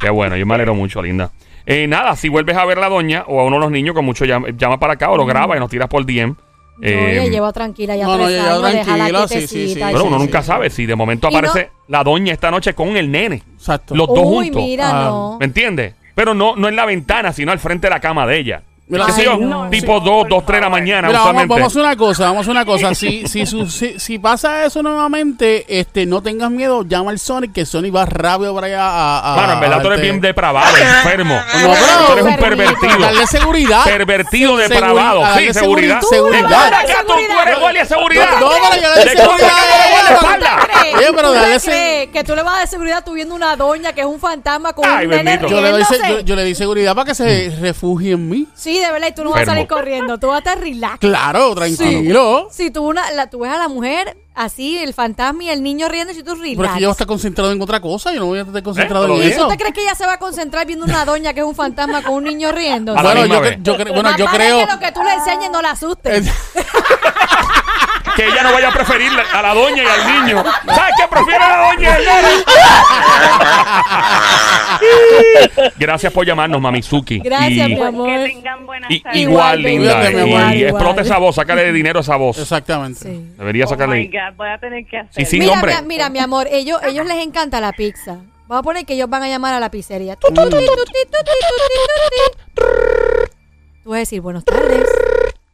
S1: Qué bueno, yo me alegro mucho, linda. Eh, nada, si vuelves a ver a la doña o a uno de los niños, con mucho llama, llama para acá o lo graba y nos tiras por DM.
S3: No, ella
S1: Eh,
S3: lleva tranquila ya
S2: no, no,
S3: tres
S2: ella lleva
S3: años, déjala
S2: tranquila, sí, sí,
S3: quietecita.
S2: sí.
S1: bueno, uno
S2: sí,
S1: nunca
S2: sí.
S1: sabe si de momento
S3: Y no-
S1: aparece la doña esta noche con el nene.
S2: Exacto.
S1: Los dos
S3: Uy,
S1: juntos.
S3: mira,
S2: Ah,
S3: no.
S1: ¿Me entiendes? Pero no, no en la ventana, sino al frente de la cama de ella.
S2: Mira,
S1: ¿Qué sé yo?
S2: Ay, no.
S1: Tipo
S6: Sí.
S1: 2, 2, 3 de la mañana,
S2: Mira, vamos,
S1: usualmente.
S2: vamos a hacer una cosa, vamos a hacer una cosa. Si, si, su- si, si pasa eso nuevamente, este, no tengas miedo, llama al Sonic, que Sonic va rápido para allá a... a
S1: Mano, en verdad tú eres
S2: darte-
S1: bien depravado, enfermo.
S2: No, pero-
S1: tú eres un
S3: Pervertido.
S1: pervertido.
S2: Ah, Darle seguridad.
S1: Pervertido,
S2: Sí,
S1: depravado.
S2: seguri-
S1: sí,
S2: darle
S1: seguridad.
S2: seguri-
S1: ¿De
S2: seguridad.
S1: cuál acá tú, tú eres guardia de seguridad?
S2: No, no, pero yo le doy
S1: ¿De cuál acá
S2: seguridad.
S1: tú eres guardia de
S2: Pero
S1: espalda?
S3: ¿Tú crees?
S2: Oye, pero
S3: ¿Tú
S2: dale
S3: le
S2: ese-
S3: crees que tú le vas a dar seguridad tú viendo una doña que es un fantasma con
S1: Ay,
S3: un nene
S1: bendito.
S2: Yo le, doy, se-
S3: riéndose?
S2: yo, yo le di seguridad para que se refugie en mí.
S3: Sí, de verdad, y tú no vas a
S1: Enfermo.
S3: salir corriendo, tú vas a estar relax.
S2: Claro, tranquilo.
S3: Si tú, una, la, tú ves a la mujer así, el fantasma y el niño riendo y tú ríes.
S2: Pero es que yo está concentrado en otra cosa, yo no voy a estar concentrado
S1: Eh, pero
S2: en
S1: bien.
S2: eso.
S3: ¿Usted cree que ella se va a concentrar viendo una doña que es un fantasma con un niño riendo?
S1: A la
S2: Bueno,
S1: misma
S2: yo,
S1: vez.
S2: cre- yo cre- bueno, yo
S3: Papá,
S2: creo... Eh,
S3: es que lo que tú le enseñes no la asuste.
S1: Que ella no vaya a preferir la- a la doña y al niño. ¿Sabes qué? Prefiero a la doña y al niño. Gracias por llamarnos, Mamizuki.
S3: Gracias,
S1: Y-
S3: mi amor.
S6: Pues Que tengan buenas
S1: y-
S6: tardes.
S1: igual,
S3: Igual,
S1: linda.
S2: cuídate, mi
S1: y
S2: amor.
S1: y explota
S3: Igual.
S1: esa voz, sácale dinero a esa voz.
S2: Exactamente.
S3: Sí.
S1: Debería
S6: Oh my
S1: sacarle.
S6: God, voy a tener que
S1: Sí,
S6: hacer.
S1: sí.
S3: Mira,
S1: nombre.
S3: mira, mira, mi amor, ellos, ellos les encanta la pizza. Vamos a poner que ellos van a llamar a la pizzería. Tu, tu, tu, tu, tu, tu, tu, tu, tu, tu. Tú vas a decir, buenas tardes.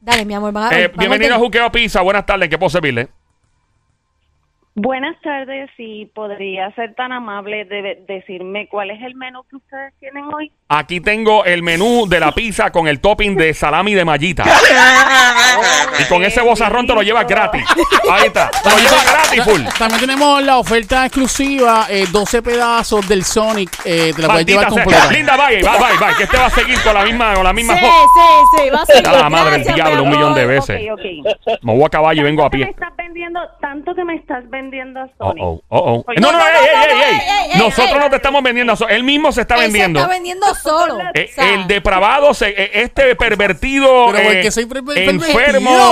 S3: Dale, mi amor, va-
S1: Eh,
S3: Ah, vamos
S1: bienvenido
S3: a-
S1: a Juqueo Pizza. Buenas tardes, ¿en ¿qué puedo servirle?
S6: Buenas tardes, y podría ser tan amable de de- decirme cuál es el menú que ustedes tienen hoy.
S1: Aquí tengo el menú de la pizza con el topping de salami de mallita. Y con ese bozarrón te lo llevas gratis. Ahí está. Te lo llevas gratis, full.
S2: Ta- También tenemos la oferta exclusiva, eh, 12 pedazos del Sonic, eh, te la puedes llevar
S1: Maldita sea.
S2: completa.
S1: Linda, bye, bye, bye, bye. Que este va a seguir con la misma, con la
S3: Sí,
S1: misma jo-
S3: sí, sí, va a ser.
S1: A la madre del
S3: Gracias, mi
S1: diablo, un
S3: amor.
S1: millón de veces.
S6: Ok, ok.
S1: Me voy a caballo y vengo a
S6: Tanto que
S1: pie.
S6: me estás vendiendo, tanto que me estás vendiendo a
S1: Oh,
S6: Sony.
S1: oh, oh, oh.
S6: Oye,
S1: No, no,
S6: no,
S1: ey, ey,
S6: no, no,
S1: ey,
S6: no,
S1: ey.
S3: ey, ey, ey.
S1: Nosotros no te estamos vendiendo. so- Él mismo se está
S3: Él
S1: vendiendo.
S3: Se está vendiendo solo.
S1: Eh,
S3: O sea,
S1: el depravado, se- eh, este pervertido,
S2: Pero ¿por qué
S1: eh,
S2: soy perver-
S1: enfermo,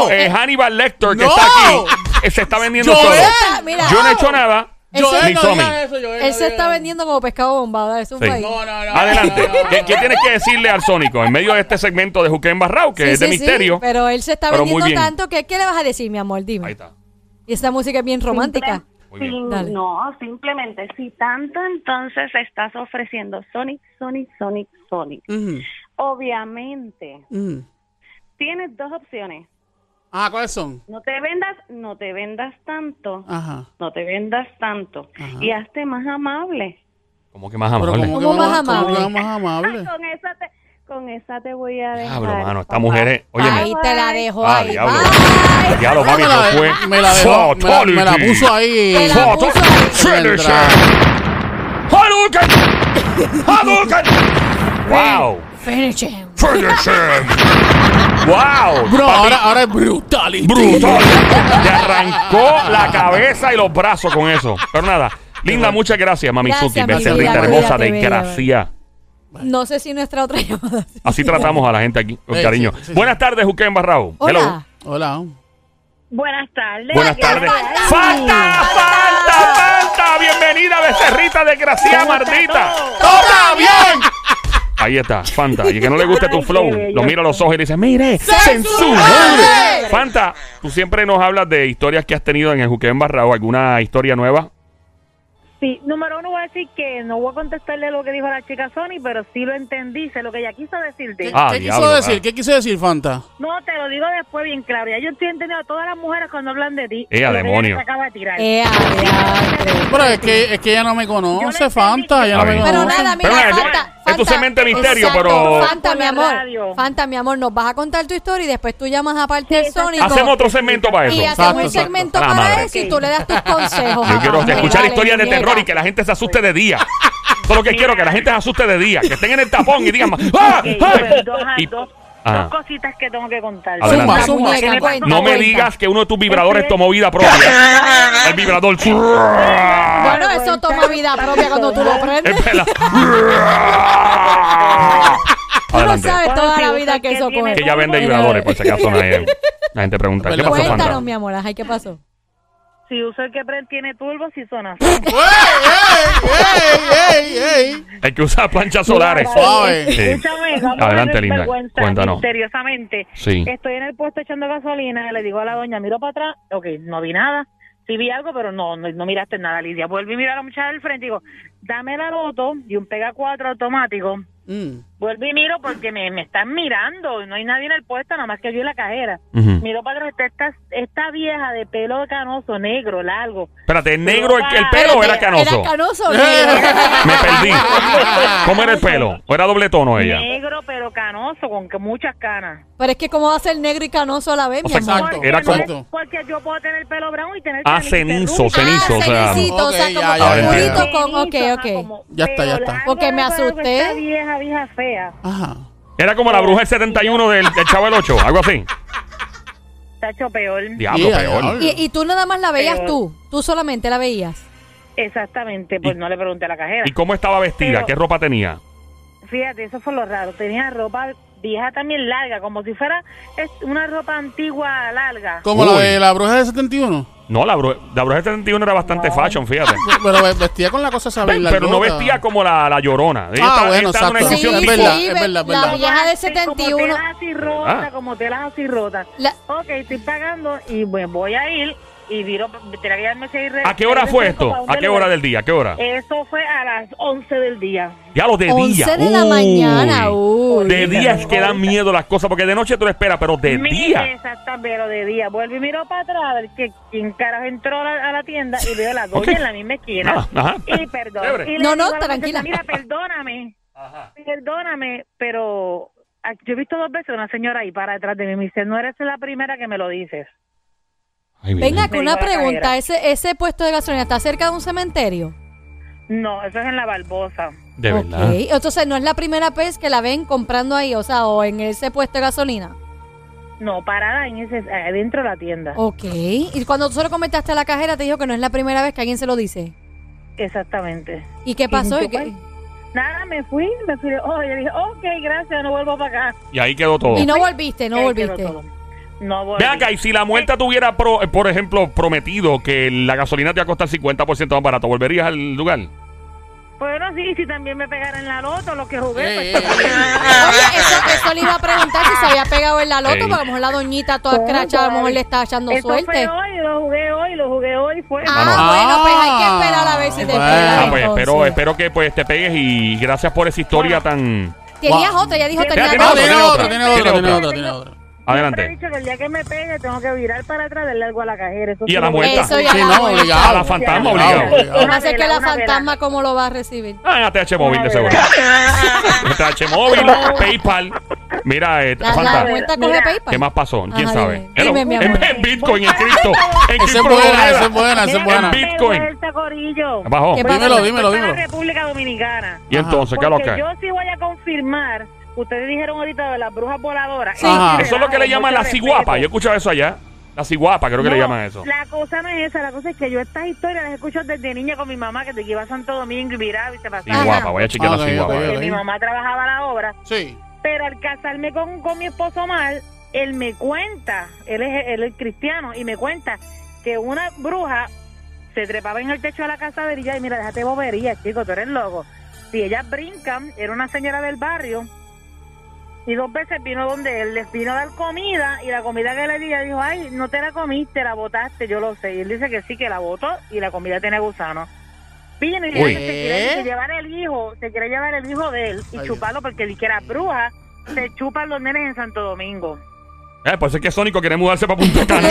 S2: pervertido?
S1: eh, Hannibal Lecter que
S2: ¡No!
S1: está aquí, eh, se está vendiendo
S2: ¡Joel!
S1: solo.
S3: Mira.
S1: Yo no he hecho nada.
S3: Él se-
S1: Ni
S2: Joel, no
S1: Tommy.
S2: digas eso, Joel,
S3: él
S2: no
S3: se
S2: digas
S3: está
S2: eso.
S3: vendiendo como pescado bombado. Es un
S1: Sí.
S3: país.
S2: No, no, no.
S1: Adelante.
S2: no, no, no.
S1: ¿Qué, qué tienes que decirle al Sónico en medio de este segmento de Juquén Barrao, que
S3: Sí,
S1: es de
S3: sí, sí,
S1: misterio?
S3: pero él se está
S1: Pero muy
S3: vendiendo
S1: bien.
S3: tanto que ¿qué le vas a decir, mi amor?
S1: Ahí
S3: Dime.
S1: está.
S3: Y esta música es bien romántica.
S1: Muy bien.
S6: Sin-
S3: Dale.
S6: no, simplemente, si tanto entonces estás ofreciendo Sonic, Sonic, Sonic, Sonic,
S2: Ujú,
S6: obviamente
S2: ujú.
S6: tienes dos opciones.
S2: Ah, ¿cuáles son?
S6: No te vendas, no te vendas tanto,
S2: Ajá.
S6: no te vendas tanto
S2: Ajá.
S6: y hazte más amable.
S1: Como que más
S2: Pero
S1: amable.
S2: como que
S3: ¿Cómo
S2: vamos-
S3: más
S2: como que
S3: amable?
S2: más amable.
S6: Ay, con esa te, con esa te voy a dejar.
S1: Diablo, mano. Ah, Esta
S6: papá.
S1: mujer es. Óyeme.
S3: Ahí te la dejo.
S1: Ah,
S3: ahí.
S1: diablo.
S3: Bye.
S1: Diablo, mami,
S2: me,
S1: no
S2: la,
S1: fue.
S2: me la dejó, me la, me la
S1: Fatality.
S2: puso ahí.
S3: Me la
S1: Fatal-
S3: puso ahí.
S1: Finisher. Hadouken. Hadouken. Wow.
S3: Finish him.
S1: Finisher. Wow.
S2: Bro,
S1: Papi,
S2: ahora, ahora es brutal.
S1: Brutal. Te arrancó la cabeza y los brazos con eso. Pero nada. Linda, muchas gracias, mami
S3: Gracias,
S1: Suki.
S3: mi
S1: Gracias,
S2: vida,
S1: linda, hermosa,
S3: cuídate, bella,
S1: desgracia.
S3: No sé si nuestra otra llamada.
S1: Así tratamos a la gente aquí, con
S2: Sí,
S1: cariño.
S2: sí, sí, sí.
S1: Buenas tardes, Juquén Barrao. Hello.
S3: Hola.
S2: Hola.
S6: Buenas tardes.
S1: Buenas
S6: ¿qué tal?
S1: tardes. ¡Falta, falta, falta! Bienvenida, becerrita desgraciada
S6: ¿Cómo está
S1: maldita.
S6: todo?
S2: Ah,
S1: ¡Toma bien! Ahí está, Fanta. Y que no le guste tu
S6: Ay, qué
S1: flow.
S6: bello.
S1: Lo mira a los ojos y le dice, mire,
S2: madre!
S1: censura. Fanta, tú siempre nos hablas de historias que has tenido en el Juqueo Embarrado. ¿Alguna historia nueva?
S8: Sí, número uno voy a decir que no voy a contestarle lo que dijo la chica Sony, pero sí lo entendí, sé lo que ella quiso
S2: ¿Qué,
S8: decirte.
S1: Ah,
S2: qué
S1: diablo,
S2: quiso decir?
S1: ah.
S2: ¿Qué quiso decir, Fanta?
S8: No, te lo digo después bien claro. Ya yo estoy entendiendo a todas las mujeres cuando hablan de ti. lo
S1: ¡Ea,
S8: que ella
S1: Eh, demonio!
S8: te acaba de tirar.
S3: Eh, adiante.
S2: Pero es que, es que ella no me
S8: Yo
S2: conoce,
S8: le
S2: Fanta. Ella no
S1: entendí.
S2: me
S1: Está
S3: Pero
S2: conoce.
S3: nada,
S1: Pero
S3: mira,
S1: nada,
S3: Fanta.
S1: es tu
S3: Fanta,
S1: segmento de misterio,
S3: exacto,
S1: pero-
S3: Fanta, mi amor.
S8: Radio.
S3: Fanta, mi amor, nos vas a contar tu historia y después tú llamas a parte del Sónico.
S1: Hacemos otro segmento para eso.
S3: Y
S2: Exacto,
S3: hacemos un
S2: exacto.
S3: segmento
S1: La Ah, madre.
S3: para eso y tú le das tus consejos.
S1: Yo quiero
S3: Dale,
S1: escuchar
S3: dale,
S1: historias de
S3: muñeca.
S1: terror y que la gente se asuste de día. Eso es lo que quiero, que la gente se asuste de día. Que estén en el tapón y digan, ¡Ah!
S8: Ok,
S1: ¡Ah!
S8: pues, dos,
S1: Y-
S8: dos-
S1: Ajá.
S8: dos cositas que tengo que contar.
S1: Adelante.
S2: Zumba,
S8: Una
S2: zumba,
S8: mujer
S3: zumba.
S8: le pasó
S1: No me
S3: Cuenta.
S1: digas que uno de tus vibradores tomó vida propia. El vibrador.
S3: Bueno, eso toma vida propia cuando tú lo
S1: El
S3: prendes.
S1: pela-
S3: Tú no
S1: Adelante.
S3: sabes toda la
S8: Bueno,
S3: vida
S8: sí,
S3: que eso
S8: que tiene
S3: coge.
S1: Que ya vende vibradores, por si acaso nadie- la gente pregunta. ¿Qué pasó, Fanta?
S3: Cuéntanos, mi amor, ay, ¿qué pasó?
S8: Si usa el que prende, tiene turbo, si suena.
S2: ¡Ey, ey, ey, ey!
S1: El que usa planchas solares.
S2: Suave.
S1: Sí.
S8: Escúchame, vamos
S1: Adelante,
S8: a ver
S1: linda.
S8: vergüenza,
S1: Cuéntanos.
S8: Misteriosamente.
S1: Sí.
S8: Estoy en el puesto echando gasolina, le digo a la doña, miro para atrás, ok, no vi nada. Sí vi algo, pero no, no, no miraste nada, Lidia. Vuelvo y miro a la muchacha del frente y digo, dame la loto y un pega cuatro automático.
S2: Mm.
S8: Vuelvo y miro porque me, me están mirando, no hay nadie en el puesto, nada más que yo y la cajera.
S1: Ujú.
S8: Miro para atrás, está esta, esta vieja de pelo canoso, negro, largo.
S1: Espérate, ¿es negro el, el pelo o era canoso?
S3: Era canoso, negro.
S1: Me perdí. ¿Cómo era el pelo? ¿O era doble tono ella?
S8: Negro, pero canoso, con que muchas canas.
S3: Pero es que cómo va a ser negro y canoso a la vez,
S1: O
S3: mi
S1: sea,
S3: amor.
S1: Exacto. Era
S8: Porque no es-
S2: como-
S8: Porque yo puedo tener pelo brown y tener
S1: Ah,
S8: canitas
S1: cenizo,
S8: rubias.
S1: cenizo. O sea,
S3: cenicitos, Ah, o sea,
S2: Ok,
S3: como
S2: ya,
S1: ya, ya,
S3: oscurito
S1: ya.
S3: con, ok,
S8: Cenizo, ajá,
S3: ok.
S8: como
S2: Ya está, ya
S8: pelo
S2: está.
S8: largo,
S3: Porque me
S8: largo, largo,
S3: asusté.
S8: esta vieja, vieja fea.
S2: Ajá.
S1: Era como la bruja del 71 del, del Chavo del 8, algo así.
S6: Tacho, peor.
S1: Diablo,
S2: Yeah,
S1: peor.
S2: diablo.
S3: Y, y tú nada más la veías
S2: Eh,
S6: Pero-
S3: tú, tú solamente la veías.
S6: Exactamente, pues
S1: Y-
S6: no le pregunté a la cajera.
S1: ¿Y cómo estaba vestida?
S6: Pero-
S1: ¿Qué ropa tenía?
S6: Fíjate, eso fue lo raro. Tenía ropa vieja también larga, como si fuera es una ropa antigua larga.
S2: Como la
S1: Uy.
S2: de la bruja de 71.
S1: No, la, bru la bruja del 71 era bastante
S6: No.
S1: fashion, fíjate.
S2: Pues, Pero ve- vestía con la cosa esa
S1: Pero,
S2: bien
S1: no
S2: largota.
S1: vestía como la, la llorona. Ella
S2: Ah,
S1: estaba-
S2: bueno,
S1: estaba en una
S2: exacto.
S1: ejecución
S2: Sí,
S1: tipo-
S2: verdad, es verdad, es
S3: la
S2: verdad.
S3: vieja de
S6: Como
S3: 71.
S6: telas así rotas,
S1: Ah.
S6: como telas así rotas.
S3: la-
S6: Ok, estoy pagando y me voy a ir y viro, tenía que darme seis re-
S1: ¿A qué hora
S6: seis
S1: fue
S6: pesos
S1: esto?
S6: para un
S1: ¿A qué
S6: delivery.
S1: hora del día? ¿A qué hora?
S6: Eso fue a las 11 del día.
S1: Ya los de
S3: 11
S1: día.
S3: de la
S1: Uy.
S3: mañana, uy.
S1: De día es que dan miedo las cosas, porque de noche tú lo esperas, pero de
S6: Mi-
S1: día.
S6: Exactamente, pero de día. Vuelvo y miro para atrás a ver que, quién carajo entró a la, a la tienda y veo a la doña
S1: Ok.
S6: en la misma esquina.
S1: Nada, ajá.
S6: Y perdón.
S1: Chévere.
S6: y le
S3: No, no,
S6: digo a la
S3: tranquila.
S6: muchacha, Mira, perdóname, perdóname, pero ah, yo he visto dos veces una señora ahí para detrás de mí. Me dice, no eres la primera que me lo dices.
S1: Ay, mi
S3: Venga,
S1: madre.
S3: con una
S6: Me dijo la
S3: pregunta.
S6: cajera.
S3: ¿Ese, ese puesto de gasolina está cerca de un cementerio?
S6: No, eso es en la Barbosa.
S1: De
S3: Ok.
S1: verdad.
S3: Entonces, no es la primera vez que la ven comprando ahí, o sea, o en ese puesto de gasolina.
S6: No, parada en ese, adentro de la tienda.
S3: Ok. Y cuando tú se lo comentaste a la cajera, te dijo que no es la primera vez que alguien se lo dice.
S6: Exactamente.
S3: ¿Y qué pasó?
S6: yo,
S3: ¿Y, qué-
S6: Nada, me fui, me fui. Oh, yo dije, ok, gracias, no vuelvo para acá.
S1: Y ahí quedó todo.
S3: y no volviste, no
S6: Ahí quedó
S3: volviste.
S6: todo. No volví.
S1: Ve acá, y si la muerta tuviera, pro- eh, por ejemplo, prometido que la gasolina te va a costar 50% más barato, ¿volverías al lugar?
S6: Bueno, sí, y si también me pegaran la loto, lo que jugué,
S2: Eh,
S6: pues,
S2: eh, eh.
S3: Oye, eso, eso le iba a preguntar si se había pegado en la loto,
S1: Ey.
S3: porque a lo mejor la doñita toda escrachada, Ah, a lo mejor le estaba echando
S6: pues, eso
S3: suerte.
S6: fue hoy, lo jugué hoy, lo jugué hoy, fue.
S3: Ah, bueno, pues hay que esperar a ver si te
S2: Ah,
S3: pega.
S1: Ah, pues
S3: entonces.
S1: espero, espero que pues te pegues y gracias por esa historia tan...
S3: Tenías
S2: Wow.
S3: otra, ya dijo tenía
S6: Tiene
S1: otra,
S2: No,
S3: dos.
S2: tiene
S1: tiene
S2: otra,
S1: otra, tiene
S2: tiene otra, tiene
S1: otra.
S2: otra, tiene otra.
S6: Siempre he
S1: Adelante.
S6: dicho que el día que me pegue tengo que virar para atrás, darle algo a la cajera. Eso
S1: Y a
S6: sí
S1: la
S6: lo-
S1: muerta.
S3: Eso ya
S2: Sí,
S3: la
S2: no,
S3: muerta.
S2: obligado.
S1: A la fantasma,
S2: Obligado,
S1: obligado.
S2: obligado.
S3: No sé
S6: Una
S3: que la
S6: vela, una
S3: fantasma cómo lo va a recibir.
S1: Ah, en ATH móvil, de
S6: Una
S1: seguro. ATH móvil,
S6: No.
S1: PayPal. Mira, eh,
S3: La, la
S1: Fanta,
S3: muerta
S6: Mira,
S3: coge PayPal.
S1: ¿qué más pasó? ¿Quién
S3: Ajá,
S1: sabe?
S3: dime.
S1: Hello.
S3: Dime, mi
S1: en,
S3: amor.
S1: en Bitcoin, en cripto, en
S2: Esa es buena, esa es
S1: criptomoneda.
S2: buena, esa es
S6: Mira,
S2: buena.
S6: qué
S1: Bitcoin.
S6: vergüenza, Corillo.
S1: Abajo.
S3: ¿Qué
S2: Dímelo,
S3: pasa?
S2: dímelo,
S6: Fue para
S2: dímelo.
S6: República Dominicana.
S1: Y
S2: Ajá.
S1: entonces, ¿qué es lo que
S6: Porque
S1: hay?
S6: yo sí voy a confirmar, ustedes dijeron ahorita de las brujas voladoras.
S3: Sí.
S5: Ah.
S2: Ajá.
S1: Eso es lo que le
S6: Mucho
S1: llaman la
S6: respeto.
S1: ciguapa. Yo he escuchado eso allá. La ciguapa, creo que le
S6: No,
S1: llaman eso.
S6: La cosa no es esa, la cosa es que yo estas historias las escucho desde niña con mi mamá, que te iba a Santo Domingo y viraba y se pasaba.
S1: Ciguapa, voy a chequear
S2: Ok,
S1: la
S2: ok,
S1: ciguapa.
S2: ok.
S6: Que Mi mamá trabajaba la obra,
S2: Sí.
S6: pero al casarme con, con mi esposo mal, él me cuenta, él es, él es cristiano, y me cuenta que una bruja se trepaba en el techo de la casa de ella y mira, déjate bobería, chico, tú eres loco. Si ellas brincan, era una señora del barrio, y dos veces vino donde él, les vino a dar comida y la comida que le di, ella dijo, ay, no te la comiste, la botaste, yo lo sé. Y él dice que sí, que la botó y la comida tiene gusano. Vino y dice
S1: Uy.
S6: que se quiere que llevar el hijo, se quiere llevar el hijo de él y
S2: Ay,
S6: chuparlo porque dice que las brujas se chupan los nenes en Santo Domingo.
S1: Eh, pues es que Sónico quiere mudarse para Punta Cana.